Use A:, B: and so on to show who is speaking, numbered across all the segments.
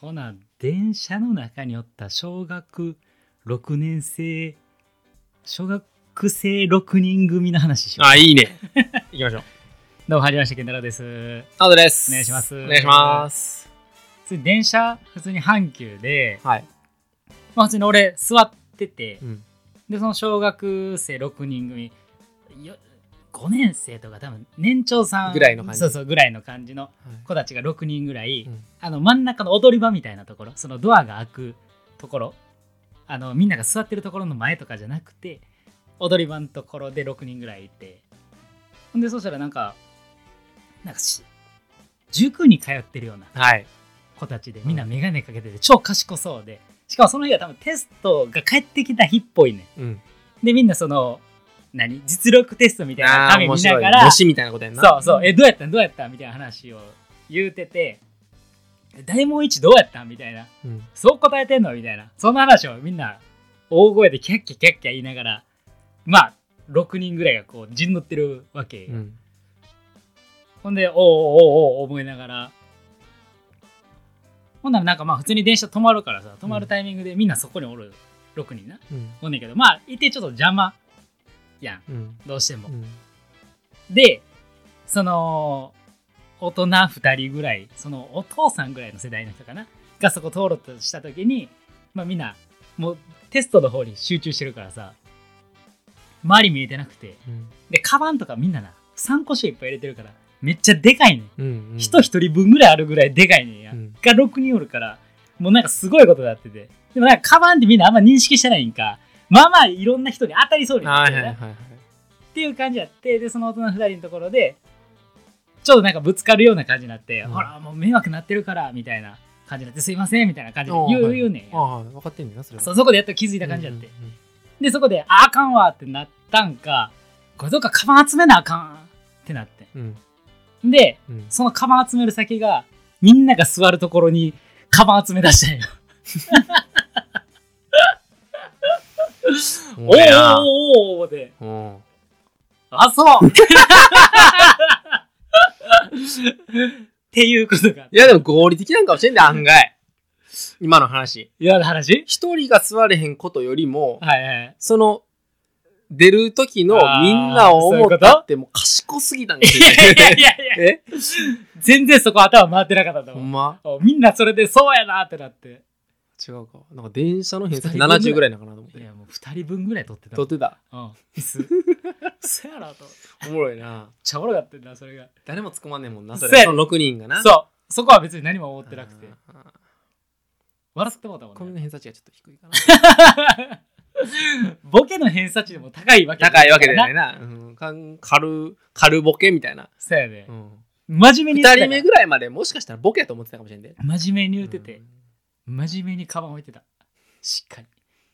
A: ほな電車の中におった小学6年生小学生6人組の話しよ
B: あ、いいね。 行きましょ
A: う
B: う。
A: どうもはじめまして健太郎です
B: アドです。
A: お願いします
B: お願いします。
A: 普通に電車普通に阪急で、
B: はい。
A: まあ、普通に俺座ってて
B: うん。
A: でその小学生6人組よ5年生とか多分年長さん
B: ぐらいの感じ
A: そうそうぐらいの感じの子たちが6人ぐらい、
B: うん
A: あの真ん中の踊り場みたいなところそのドアが開くところあのみんなが座ってるところの前とかじゃなくて踊り場のところで6人ぐらいいてほんでそしたらなんかなんかし塾に通ってるような
B: はい。
A: 子たちでみんな眼鏡かけてて超賢そうでしかもその日は多分テストが帰ってきた日っぽいね
B: うん。
A: んでみんなその何実力テストみたいな
B: ああ、
A: 紙
B: 面
A: 見な
B: 白
A: が
B: い。
A: ら
B: 模試みたいなことやんな。
A: そうそう、え、どうやったんどうやったんみたいな話を言うてて、え大門一どうやったんみたいな、
B: うん。
A: そう答えてんのみたいな、そんな話をみんな大声でキャッキャキャッキャ言いながら、まあ、6人ぐらいがこう陣取ってるわけ。
B: うん。
A: ほんで、おうおうおうおう思いながら、ほんならなんかまあ普通に電車止まるからさ、止まるタイミングでみんなそこにおる6人な。
B: うん。
A: おんねんけど、まあ、いてちょっと邪魔やん、
B: うん。
A: どうしても
B: う。ん。
A: でその大人2人ぐらいそのお父さんぐらいの世代の人かながそこ通ろうとした時に、まあ、みんなもうテストの方に集中してるからさ周り見えてなくて
B: うん。
A: でカバンとかみんなな3個種いっぱい入れてるからめっちゃでかいねん
B: うん。
A: 人一人分ぐらいあるぐらいでかいねんや、
B: うん
A: が6人おるからもうなんかすごいことになっててでもなんかカバンってみんなあんま認識してないんかまあまあいろんな人に当たりそうになっ
B: は
A: てる
B: いは
A: ない
B: はいはい。
A: っていう感じやってでその大人2人のところでちょっとなんかぶつかるような感じになって、
B: うん
A: ほらもう迷惑なってるからみたいな感じになってすいませんみたいな感じで
B: ああ
A: 言う,、
B: はい
A: 言うねん
B: あ
A: や
B: あ、分かってんねんな、それは。
A: そううそこでやっと気づいた感じやって、
B: んうんうん
A: でそこでああかんわってなったんかこれどっかカバン集めなあかんってなって
B: うん。
A: で
B: うん。
A: そのカバン集める先がみんなが座るところにカバン集め出したんよおーおー
B: おもろいな
A: おーおーで
B: うん。
A: あそうっていうことが
B: いや、でも合理的なんかもしれんで、案外。今の話。
A: 今の話
B: 一人が座れへんことよりも、
A: はいはい。
B: その、出る時の
A: あー
B: みんなを
A: そ
B: 思
A: ういうこ
B: っ
A: と
B: たって、もう賢すぎたんです
A: い
B: よ。
A: やいやいやいや、
B: え
A: 全然そこ頭回ってなかったと
B: ほ
A: 思うん
B: ま
A: おみんなそれでそうやなってなって。
B: 違うか。なんか電車の偏差値
A: 二人分
B: 70ぐらいなのかなと思っ
A: い
B: て。
A: やもう2人分ぐらい取ってた。
B: 撮ってた。
A: うん。 椅子。そやろと。めっ
B: おもろいな。
A: ちゃおもろかったんだ、それが。
B: 誰も突っ込まんねんもんな、
A: そ
B: そうれ。その6人がな。う。
A: そう。そこは別に何も思ってなくて。笑ってもうたも
B: これ
A: ん
B: の
A: ね。
B: 偏差値がちょっと低いかな。
A: ボケの偏差値でも高いわけ。
B: 高いわけじゃないいな。うん。かん軽、軽ボケみたいな。
A: そうやで
B: う。ん。
A: 真面目に言
B: 2
A: ってた
B: 人
A: か
B: 目ぐらいまでもしかしたらボケやと思ってたかもしれんで。
A: ら。真面目に言ってて
B: う。ん。
A: 真面目にカバン置いてたしっかり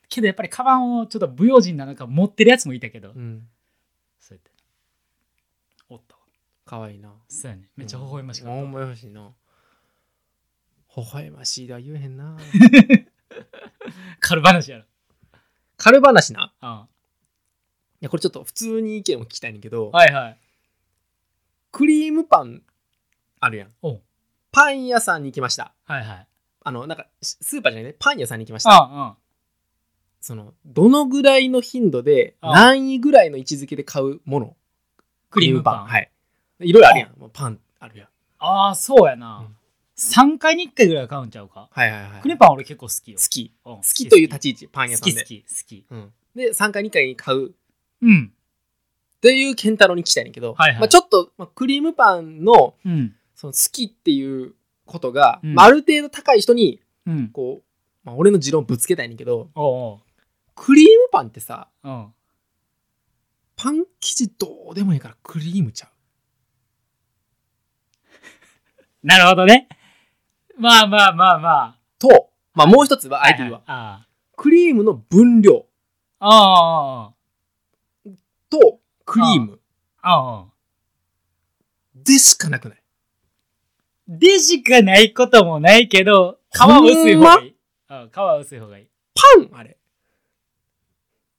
A: けどやっぱりカバンをちょっと不用心なのか持ってるやつもいたけど、
B: うん。
A: そうやっておったわ
B: かわいいな。
A: そうやねめっちゃ微笑ましかった、
B: うん微笑ましいな。微笑ましいでは言えへんな。
A: 軽話やろ
B: 軽話な。
A: あ
B: いや、これちょっと普通に意見を聞きたいねんだけど、
A: はいはい
B: クリームパンあるやん。
A: おう
B: パン屋さんに行きました。
A: はいはい
B: あの、なんか、ススーパーじゃないね。パン屋さんに行きました。
A: あ
B: その、どのぐらいの頻度で、
A: あ
B: 何位ぐらいの位置づけで買うもの。
A: クリームパン
B: はい。いろいろあるやん。もうパンあるやん。
A: ああそうやな、
B: うん
A: 3回に1回ぐらいは買うんちゃうか
B: はいはいはい。
A: クリームパン俺結構好きよ
B: 好き。
A: うん好
B: 好きという立
A: ち
B: ち位置、パン屋
A: 好
B: さん
A: き
B: で。
A: 好き好き
B: うん。で、3回2回買う
A: うん
B: という健太郎に聞きたいねんだけど、
A: はいはい
B: まあ、ちょっと、まあ、クリームパンの
A: うん
B: その好きっていうことが、
A: うん
B: まあ、ある程度高い人に
A: うん
B: こう、まあ、俺の持論ぶつけたいねんだけど
A: おう
B: クリームパンってさ
A: おううん
B: パン生地どうでもいいからクリームちゃ
A: なるほどねまあまあまあま
B: うと、まあ、もう一つは
A: あ
B: あえて言う
A: は
B: わ
A: いはいあ
B: クリームの分量
A: ああ
B: とクリーム
A: ああああ
B: でしかなくない
A: でしかないこともないけど、皮は薄い方がいい。うん、皮は薄い方がいい。
B: パンあれ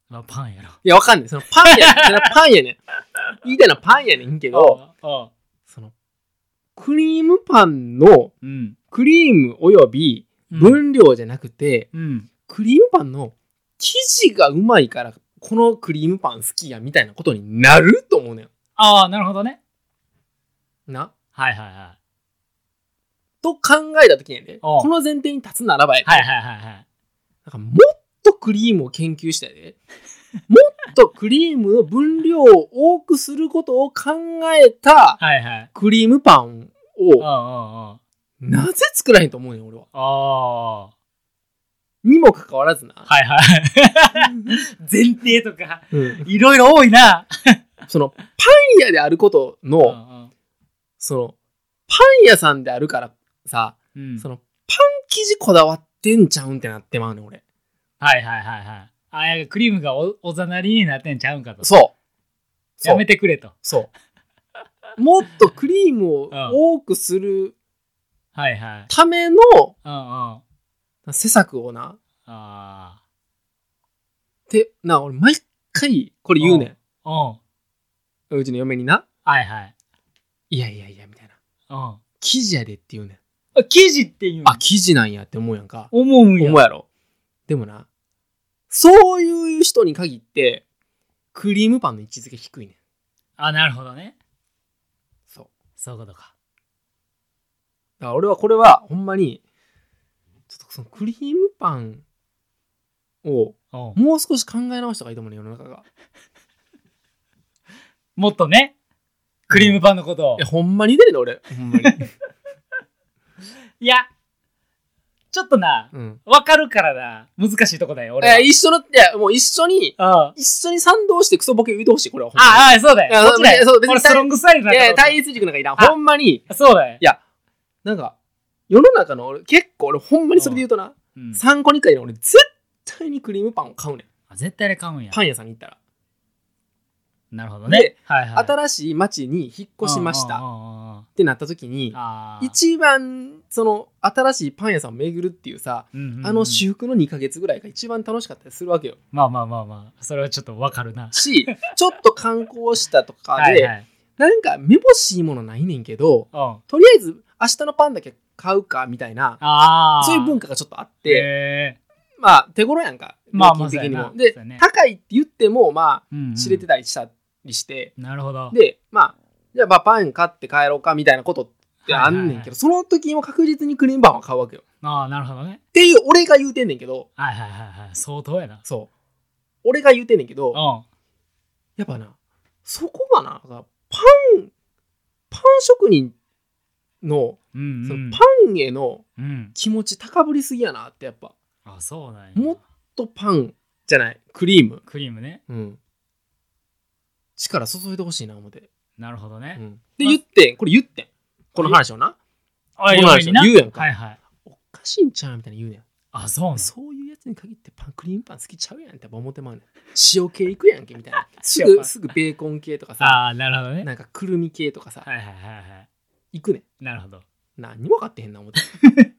A: まあ、パンやろ。
B: いやわかんないそのパンやねんそれはパン やねん言いたいのはパンやねんけど
A: あ
B: そのクリームパンの
A: うん。
B: クリームおよび
A: うん
B: 分量じゃなくて、
A: うん
B: クリームパンの生地がうまいから、このクリームパン好きやみたいなことになると思うねん。
A: ああなるほどね
B: な。
A: はいはいは
B: と考えた時にやで、
A: おう
B: この前提に立つならばやで、
A: いはいはいはいはい
B: なんかもっとクリームを研究したいで。もっとクリームの分量を多くすることを考えた
A: はいはい
B: クリームパン
A: おう
B: を
A: おうおう
B: なぜ作らへんと思うねん俺は。
A: あ
B: にもかかわらず な。
A: あはいはい前提とか
B: うん
A: いろいろ多いな
B: そのパン屋であることの、
A: うん
B: そのパン屋さんであるからさ、
A: うんうん
B: そのパン生地こだわってんちゃうんってなってまうねん俺。
A: はいはいはいはいあやクリームがおおざなりになってんちゃうんかと
B: そう。そう
A: やめてくれと
B: そう。 もっとクリームを
A: うん
B: 多くする
A: はいはい
B: ための
A: うんうん
B: 施策をな、
A: あ
B: って、な、俺毎回これ言うね
A: あうん
B: ん。うちの嫁にな。
A: はいはい
B: いやいやいや、みたいな。
A: うん
B: 生地やでって言うねん。
A: あ生地っていう
B: あ、生地なんやって思うやんか。
A: 思うんや
B: 思うやろ。でもな、そういう人に限って、クリームパンの位置づけ低いねん。
A: あなるほどね
B: そう。
A: そういうことか
B: だから俺はこれは、ほんまに、ちょっとそのクリームパンを、
A: うん
B: もう少し考え直した方がいいと思うねん、世の中が。
A: もっとねクリームパンのことを
B: え、ほんまに出るねん、俺。ほんま に。
A: いやちょっとな
B: うん。
A: わかるからな難しいとこだよ俺は
B: え、一緒の、いや、もう一緒に、
A: あ
B: 一緒に賛同してクソボケ言うてほしい、これはほんまに。
A: ああそうだ
B: いや
A: よこっちだよ
B: そう別に
A: 俺ストロングスタイルない
B: やい
A: ん
B: や、
A: だ
B: 対立軸なんかいらん。
A: あ
B: ほんまに、
A: そうだよ
B: いや、なんか、世の中の俺、結構俺、ほんまにそれで言うとな、
A: うん
B: 参考に回の俺、絶対にクリームパンを買うねん。
A: あ絶対に買うんや
B: パン屋さんに行ったら。
A: なるほどね
B: で
A: はいはい
B: 新しい町に引っ越しました
A: うん
B: っ
A: うんうんうん
B: てなった時に、
A: あー
B: 一番、その、新しいパン屋さんを巡るっていうさ、
A: うんうんうん
B: あの私服の2ヶ月ぐらいが一番楽しかったりするわけ よ。
A: まあまあまあまあそれはちょっとわかるな
B: し、ちょっと観光したとかで、
A: はいはい
B: なんか、めぼしいものないねんけど、
A: うんあ
B: とりあえず、明日のパンだけ買うか、みたいな、
A: あ
B: そういう文
A: 化
B: 化がちょっとあって、
A: で
B: まあ手頃やんか。
A: まあまあ
B: 料金的にも。
A: そうやな
B: で
A: そうやね、
B: 高いって言っても、まあ、知れて
A: た
B: たりしたりして、
A: なるほど
B: で、まあ、じゃあまあパン買って帰ろうかみたいなことってあんねんけど、
A: はいはいはい
B: その時も確実にクリームパンは買うわけよ。
A: ああなるほどね
B: っていう俺が言うてんねんけど、
A: はいはいはいはい相当やな
B: そう。俺が言うてんねんけど、
A: うん
B: やっぱな、そこがな、パン、パン職人の、
A: うん
B: そ
A: うん
B: のパンへの
A: うん
B: 気持ち高ぶりすぎやなって、やっぱ。
A: あそうなんや
B: もっとパンじゃない、クリーム。
A: クリームね
B: うん。力注いでほしいな、思って。
A: なるほど
B: う
A: ね
B: んで、言ってん、これ言ってん。この話をな。
A: あ
B: この話を言うやんか
A: はいはい
B: おかしいんちゃうみたいな言うねん。
A: あそうなん
B: そういうやつに限ってパンクリームパン好きちゃうやんってやっぱ思ってまうねん。塩系いくやんけみた いな。す
A: 塩パ
B: ぐ、
A: ン
B: すぐベーコン系とかさ、
A: ああなるほどね
B: なんかくるみ系とかさ、
A: はいはいはいはい
B: くねん。
A: いなるほど
B: 何にも分かってへんな思って。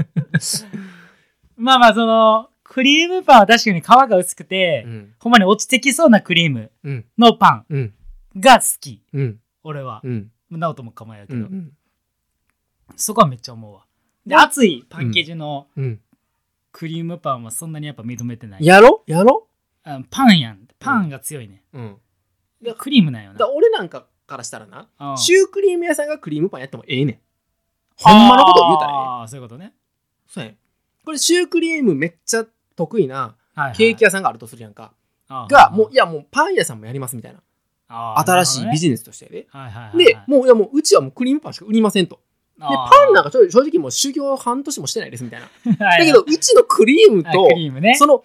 A: まあまあそのクリームパンは確かに皮が薄くて
B: うん。
A: ほんまに落ちてきそうなクリーム
B: うん。
A: のパ
B: うん。
A: ンが好き
B: うん。
A: 俺は
B: うん。
A: 直人も構えやけ
B: う
A: ど
B: ん。
A: そこはめっちゃ思うわで
B: うん
A: 熱いパッケージの
B: うん。
A: クリームパンはそんなにやっぱ認めてない
B: やろやろ
A: うんパンやんパンが強いね
B: うん。うん
A: クリームなんよ
B: だ
A: な
B: から俺なんかからしたらな、
A: うん
B: シュークリーム屋さんがクリームパンやってもええねん。ほんまのことを言うたらええ。
A: ああ、そういうことね。
B: そうやねんこれシュークリームめっちゃ得意な
A: はいはい
B: ケーキ屋さんがあるとするやんか。
A: ああ
B: が、もう、いや、もうパン屋さんもやりますみたいな。
A: ああ
B: 新しいビジネスとしてやで。
A: なるほどねはいはいはいはい
B: で、もう、いや、もう、うちはもうクリームパンしか売りませんと。で、
A: ああ
B: パンなんかちょ正直もう修行半年もしてないですみたいな。
A: はい
B: だ
A: はい
B: けど、うちのクリーム
A: あ
B: と
A: ク、リームね。
B: その、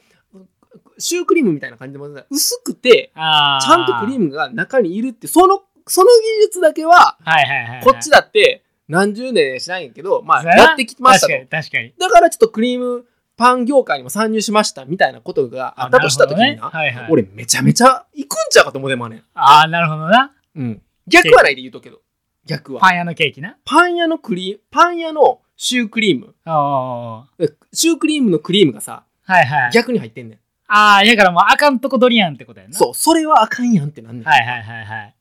B: シュークリームみたいな感じでも薄くて、
A: ああ
B: ちゃんとクリームが中にいるって、その、その技術だけは、
A: はいはいはいはい。
B: こっちだって何十年しないんやけど、まあ、
A: そうやな
B: やってきましたと
A: 確か。に、確かに。
B: だからちょっとクリームパン業界にも参入しましたみたいなことがあったとした時にな、
A: あなるほどねはいはい
B: 俺めちゃめちゃ行くんちゃうかと思うでもあねん、
A: ああ、なるほどな。
B: うん、逆はないで言うとくけど逆は
A: パン屋のケーキな。
B: パン屋のクリーパン屋のシュークリーム
A: おーおーおー
B: えシュークリームのクリームがさ
A: はいはい。
B: 逆に入ってんねん、
A: ああ、やからもうあかんとこドリアンってことやな。
B: そうそれはあかんやんってなんねん、
A: はいはいはいはい。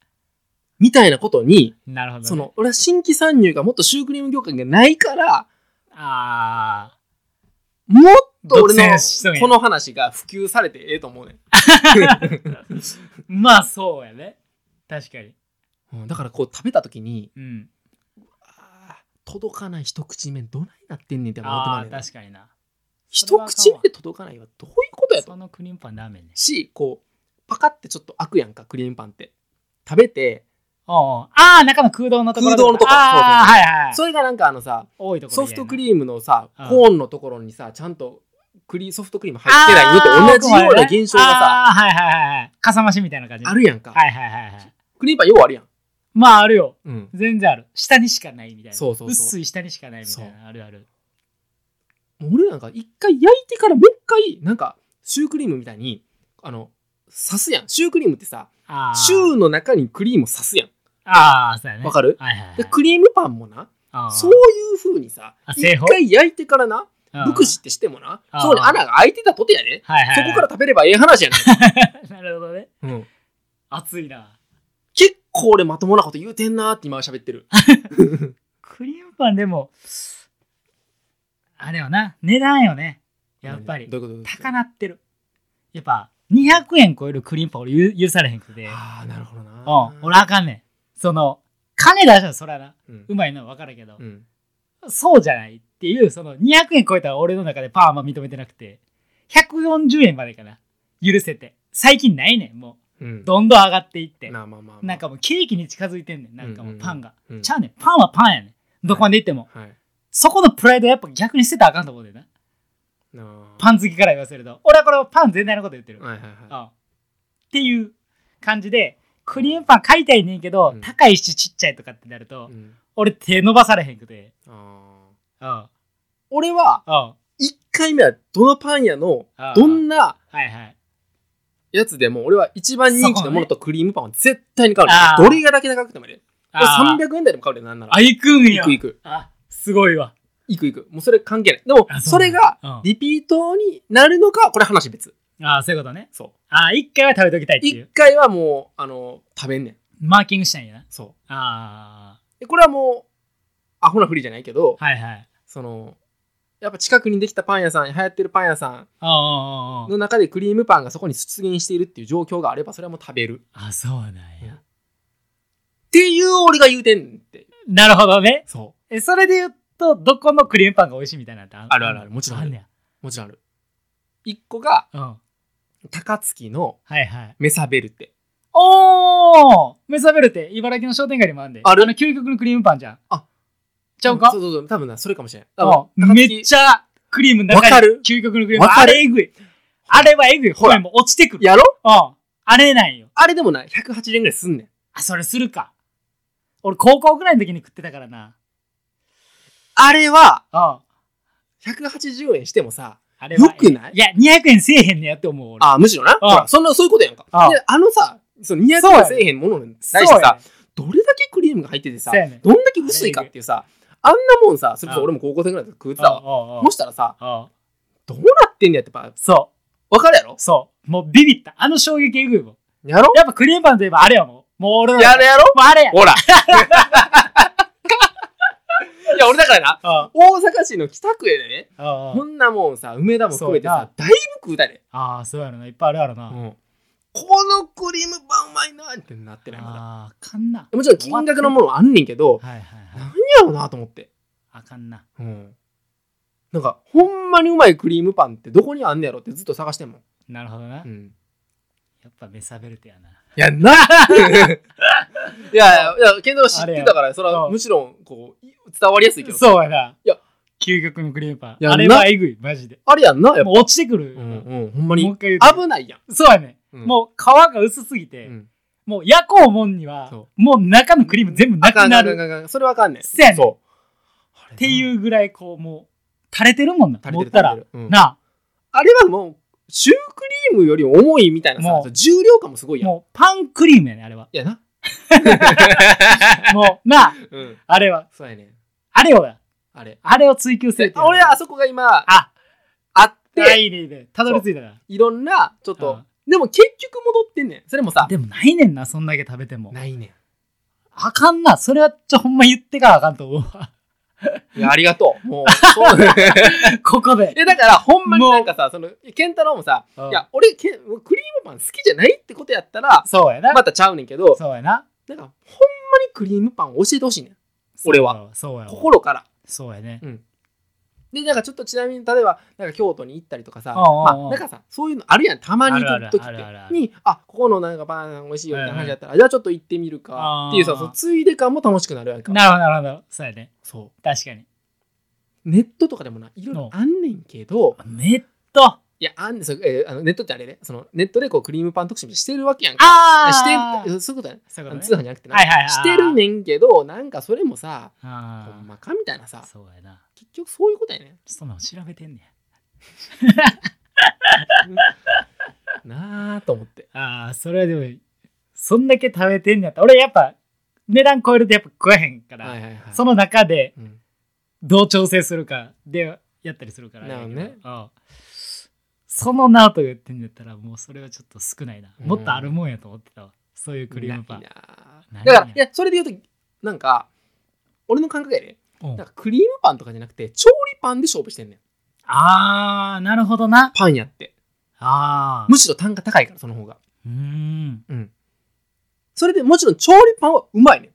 B: みたいなことに
A: なるほどね。
B: その俺は新規参入がもっとシュークリーム業界がないから
A: あ
B: もっと俺
A: 独占しとん
B: の
A: や
B: この話が普及されてええと思うねん
A: ーまあそうやね確かに
B: うんだからこう食べた時に
A: うん
B: あー届かない一口目どないなってんねんって思ってま
A: あ
B: う
A: ー
B: ねん
A: 確かにな
B: 一口目で届かないはどういうことやと
A: そのクリームパンダメね
B: しこうパカってちょっと開くやんかクリームパンって食べて
A: おうおうああ中の空洞のところ
B: 空洞のとこ
A: ああはいはいはい
B: それがなんかあのさ
A: 多いところ
B: ソフトク
A: ーム
B: リームのさ
A: うん
B: コーンのところにさちゃんとクリソフトクリーム入ってないよと同じような現象がさ
A: あーはいはいはいはいかさ増しみたいな感じ
B: あるやんか
A: はいはいはいはい
B: クリームパンようあるやん
A: まああるよ
B: うん
A: 全然ある下にしかないみたいな
B: そうそうそう
A: 薄い下にしかないみたいなあるある
B: 俺なんか一回焼いてからもう一回なんかシュークリームみたいにあの刺すやんシュークリームってさ
A: ああ
B: シューの中にクリームを刺すやん
A: ああそうやね
B: わかる
A: はいはいはい
B: でクリームパンもな
A: あー
B: そういう風にさ
A: あ製
B: 一
A: 法
B: 回焼いてからな
A: うん
B: ブクシってしてもな
A: あー
B: そこに穴が開いてたとてやで
A: はいはい
B: そ
A: はい
B: こから食べればええ話やね
A: なるほどね。
B: ん、うん、
A: 熱いな。
B: 結構俺まともなこと言うてんなーって今は喋ってる
A: クリームパンでも、あれよな、値段よね。やっぱり
B: どういうことどういうこと
A: 高なってる。やっぱ200円超えるクリームパン俺ゆ許されへんくて。
B: ああなるほど
A: う、
B: なん
A: 俺あかんねん。その、金出したらそらな、
B: うん
A: うまいのは分かるけど
B: う、ん
A: そうじゃないっていう、その200円超えたら俺の中でパーマ認めてなくて、140円までかな。許せて。最近ないねん、も
B: うん
A: う。どんどん上がっていって。
B: なあまあまあまあ
A: なんかもうケーキに近づいてんねん。なんかもうパンが。
B: うん
A: ちゃうねん。パンはパンやねん。どこまで行っても。
B: はい
A: そこのプライドやっぱ逆に捨てたらあかんと思うねんな。
B: なあ
A: パン好きから言わせると。俺はこれをパン全体のこと言ってる。
B: はいはい
A: あ
B: は
A: っていう感じで、クリームパン買いたいねんけど、
B: うん
A: 高いしちっちゃいとかってなると、
B: い、うん、
A: 俺手伸ばされへんくて。
B: あー
A: あ
B: 俺は
A: あ。あ
B: 1回目はどのパン屋の
A: あ
B: どんな
A: あ。はいはい。
B: やつでも俺は一番人気のものとクリームパンは絶対に買うの、
A: あー
B: どれがだけ高くてもいいで
A: あ
B: 300円台でも買うでなんなら
A: あ、行くんや。
B: 行く行く
A: あ、すごいわ。
B: 行く行くもうそれ関係ないでも
A: あ
B: それが、リピートになるのかこれ話別
A: うんああ、そういうことね。
B: そう
A: ああ、一回は食べときたいってい
B: 1
A: う。
B: 回はもうあの食べんねん
A: マーキングしたんやな。
B: そ
A: あ
B: うでこれはもうアホなふりじゃないけど、
A: あ。はいはい。
B: そのやっぱ近くにできたパン屋さん流行ってるパン屋さん
A: ああああ。ああ
B: の中でクリームパンがそこに出現しているっていう状況があればそれはもう食べる
A: あ、そうなん
B: うん
A: や。
B: っていう俺が言うてんねんって
A: なるほどね。
B: そ
A: え、それで言うと、どこのクリームパンが美味しいみたいなのってあ
B: あるあるあるもちろんあ
A: あ
B: る
A: んねや。
B: うもちろんある1個が
A: うん。
B: 高槻の
A: はいはい。
B: メサベルテ
A: おーメサベルテ、茨城の商店街にもあんで。
B: ある
A: の、究極のクリームパンじゃん。
B: あ
A: ちゃうか
B: そうそうそう多分なそれかもしれん
A: あ
B: 多分高
A: め
B: 槻
A: っちゃクリームの中に
B: わかる
A: 究極のクリームパン。あ
B: わかる
A: れえぐい。あれはえぐい。
B: ほ
A: ほ
B: ら
A: ら、もう落ちてくる。
B: やろ
A: うん。あれなんよ。
B: あれでもな108円ぐらいすんねん
A: あ、それするか。俺、高校ぐらいの時に食ってたからな。
B: あれは
A: うん。
B: 180円してもさ
A: あれは。
B: よくない
A: いや、200円せえへんねやって思う。俺
B: あむしろな
A: あ
B: ほらそんなそういうことやんか
A: あ
B: であのさその200
A: そうや
B: 円
A: ね
B: せえへんものに
A: そう
B: 対してさどれだけクリームが入っててさ
A: そうやねん
B: どんだけ薄いかっていうさあんなもんさそれこそ俺も高校生ぐらいで食ってたわ
A: わ
B: もしたらさどうなってんねやってやっぱ
A: そ
B: 分かるやろ
A: う、そう。もうビビった。あの衝撃えぐいもん。
B: やろ
A: やっぱクリームパンといえばあれやもん。もう俺の
B: やるやろ
A: もうあれや。
B: ほらいや俺だからな
A: あ
B: 大阪市の北区へでね
A: ああ
B: こんなもんさ梅田も含めて
A: そうや
B: さ
A: な
B: だいぶ食うたで、
A: ああ、そうやろな。いっぱいあるやろな。
B: うんこのクリームパンうまいなってなってないまだ
A: ああ、あかんな。
B: もちろん金額のものはあんねんけど
A: はいはいはい
B: 何。やろうなと思って、
A: あかんな。
B: うん、なんかほんまにうまいクリームパンってどこにあんねやろってずっと探してんもん、
A: なるほどな。
B: うん、
A: やっぱメサベルテやな。
B: いやな いやいやけど知ってたからそれは
A: うん
B: むしろこうい伝わりやすいけど
A: そうやな。
B: いや、
A: 究極のクリームパン
B: い。や
A: あれはえぐい、マジで。
B: あれやんなやっぱ
A: もう落ちてくる。
B: うん
A: も
B: うんほんま
A: う
B: に
A: 一回言うと
B: 危ないやん、
A: そうやね。
B: うん
A: もう皮が薄すぎて、
B: うん
A: もう焼こうもんには
B: そ、
A: もう中のクリーム全部な
B: あか
A: く
B: ん
A: な
B: あかんあ
A: る
B: かんあかんそれはあかんねん
A: せやねん
B: そう
A: って
B: う
A: いうぐらいこうもう垂れてるもんな
B: 垂
A: 持
B: れ
A: って
B: る
A: たら
B: 垂れてるうん
A: な
B: あれはもうシュークリームより重いみたいな
A: も
B: さ
A: う
B: 重量感もすごい
A: あ
B: やんい
A: もうパンクリームやねあれは
B: やな
A: もうなあ
B: うん
A: あれは
B: そうやねん
A: あれを
B: あれ
A: あれを追求するっていう
B: 俺はあそこが今
A: あ
B: あっ
A: は
B: て
A: いいねいいねたどり着いたか
B: いろんなちょっ
A: う
B: と
A: ん
B: でも結局戻ってんねんそれも
A: ら
B: さ
A: でもないねんなそんだけ食べても
B: ないねん
A: あかんなそれはちょほんま言ってからあかんと思うわ
B: いや、ありがとう。もう、そう。
A: ここで
B: い。や、だから、ほんまになんかさ、その、健太郎もさ、
A: うん
B: いや、俺、けクリームパン好きじゃないってことやったら、
A: そうやな。
B: またちゃうねんけど、
A: そうやな。
B: なんか、ほんまにクリームパンを教えてほしいねん。俺は
A: そうやわ。そうやわ。
B: 心から。
A: そうやね。
B: で、なんかちょっとちなみに、例えば、なんか京都に行ったりとかさ、
A: おうおうおう
B: まあ、なんかさ、そういうのあるやん、たまに
A: あるある
B: 行く時っ
A: ある
B: て
A: あるあ。る
B: に、あ、ここのなんかパン美味しいよっ
A: う
B: て
A: んうん
B: 話やったら、じゃあちょっと行ってみるか、っていう
A: あ
B: さ、
A: ー
B: そのついで感も楽しくなるやんか。
A: なるほど、なるほど。そうやね。
B: そ
A: 確かに。
B: う。ネットとかでもな、いろいろあんねんけど、
A: ネット
B: いや、あんねん、そうえーあのネットってあれね、そのネットでこうクリームパン特集してるわけやんか。
A: あ
B: して
A: る
B: る、そういうことやね。
A: そうい
B: あ
A: うこ
B: の
A: と
B: 通
A: ね。
B: 販じゃなくてな
A: はいはいはい。
B: してる。ねんけど、なんかそれもさ、ほ
A: あ
B: んまかみたいな
A: あ。
B: さ、
A: そうやな。
B: 結局そういうことやねん。
A: そんなの調べてんね
B: なあと思って。
A: や。ああ、それはでも、そんだけ食べてんねやったら。俺やっぱ、値段超えるとやっぱ食えへんから、
B: はいはいはい。
A: その中で
B: うん
A: どう調整するかでやったりするから。
B: なるほど
A: あれや
B: ね
A: けど。うんそのなと言ってんだったら、もうそれはちょっと少ないな。
B: うん
A: もっとあるもんやと思ってたわ。そういうクリームパン
B: ない。
A: な
B: ないだから、
A: ない
B: いや、それで言うと、なんか、俺の感覚やで、
A: うん
B: なんかクリームパンとかじゃなくて、調理パンで勝負してんねん。
A: あー、なるほどな。
B: パンやって。
A: あー。
B: むしろ単価高いから、その方が。
A: うーん。
B: うん。それでもちろん調理パンはうまいねん。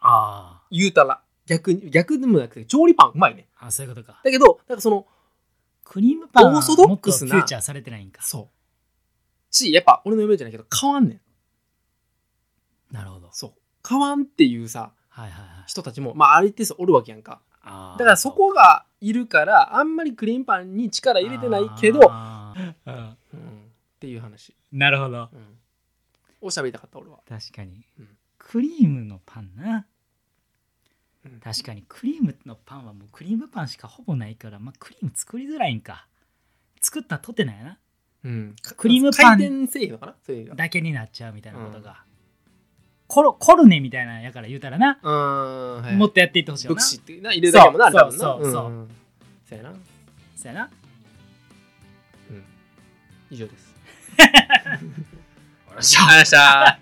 A: あ
B: 言うたら。逆に、逆でもなくて、調理パンうまいねん。
A: ー。あ、そういうことか。
B: だけど、なんかその、
A: クリームパンは
B: オーソドックスな
A: もっとフューチャーされてないんか。
B: そう。し、やっぱ俺の嫁じゃないけど、変わんねん。
A: なるほど。
B: そう。変わんっていうさ、
A: はいはいはい。
B: 人たちも、まあ、ある程度おるわけやんか。
A: あー
B: だからそこがいるから、あんまりクリームパンに力入れてないけど、
A: あーうん
B: うん、っていう話。
A: なるほど。
B: うん。を喋りたかった、俺は。
A: 確かに
B: うん。
A: クリームのパンな。
B: うん
A: 確かにクリームのパンはもうクリームパンしかほぼないから、まあ、クリーム作りづらいんか。作ったとてないな。
B: うん。
A: クリームパン
B: 回転製品かなそういうのが。
A: だけになっちゃうみたいなことが。コロコルネみたいなやから言うたらな。
B: うーん、はい。
A: もっとやっていってほしいよ
B: ブ
A: な。
B: クシってな入れるだけもな、
A: そう
B: 多分な
A: そうそう
B: うんそうやな。
A: そうやな。
B: 以上です。おっしゃー。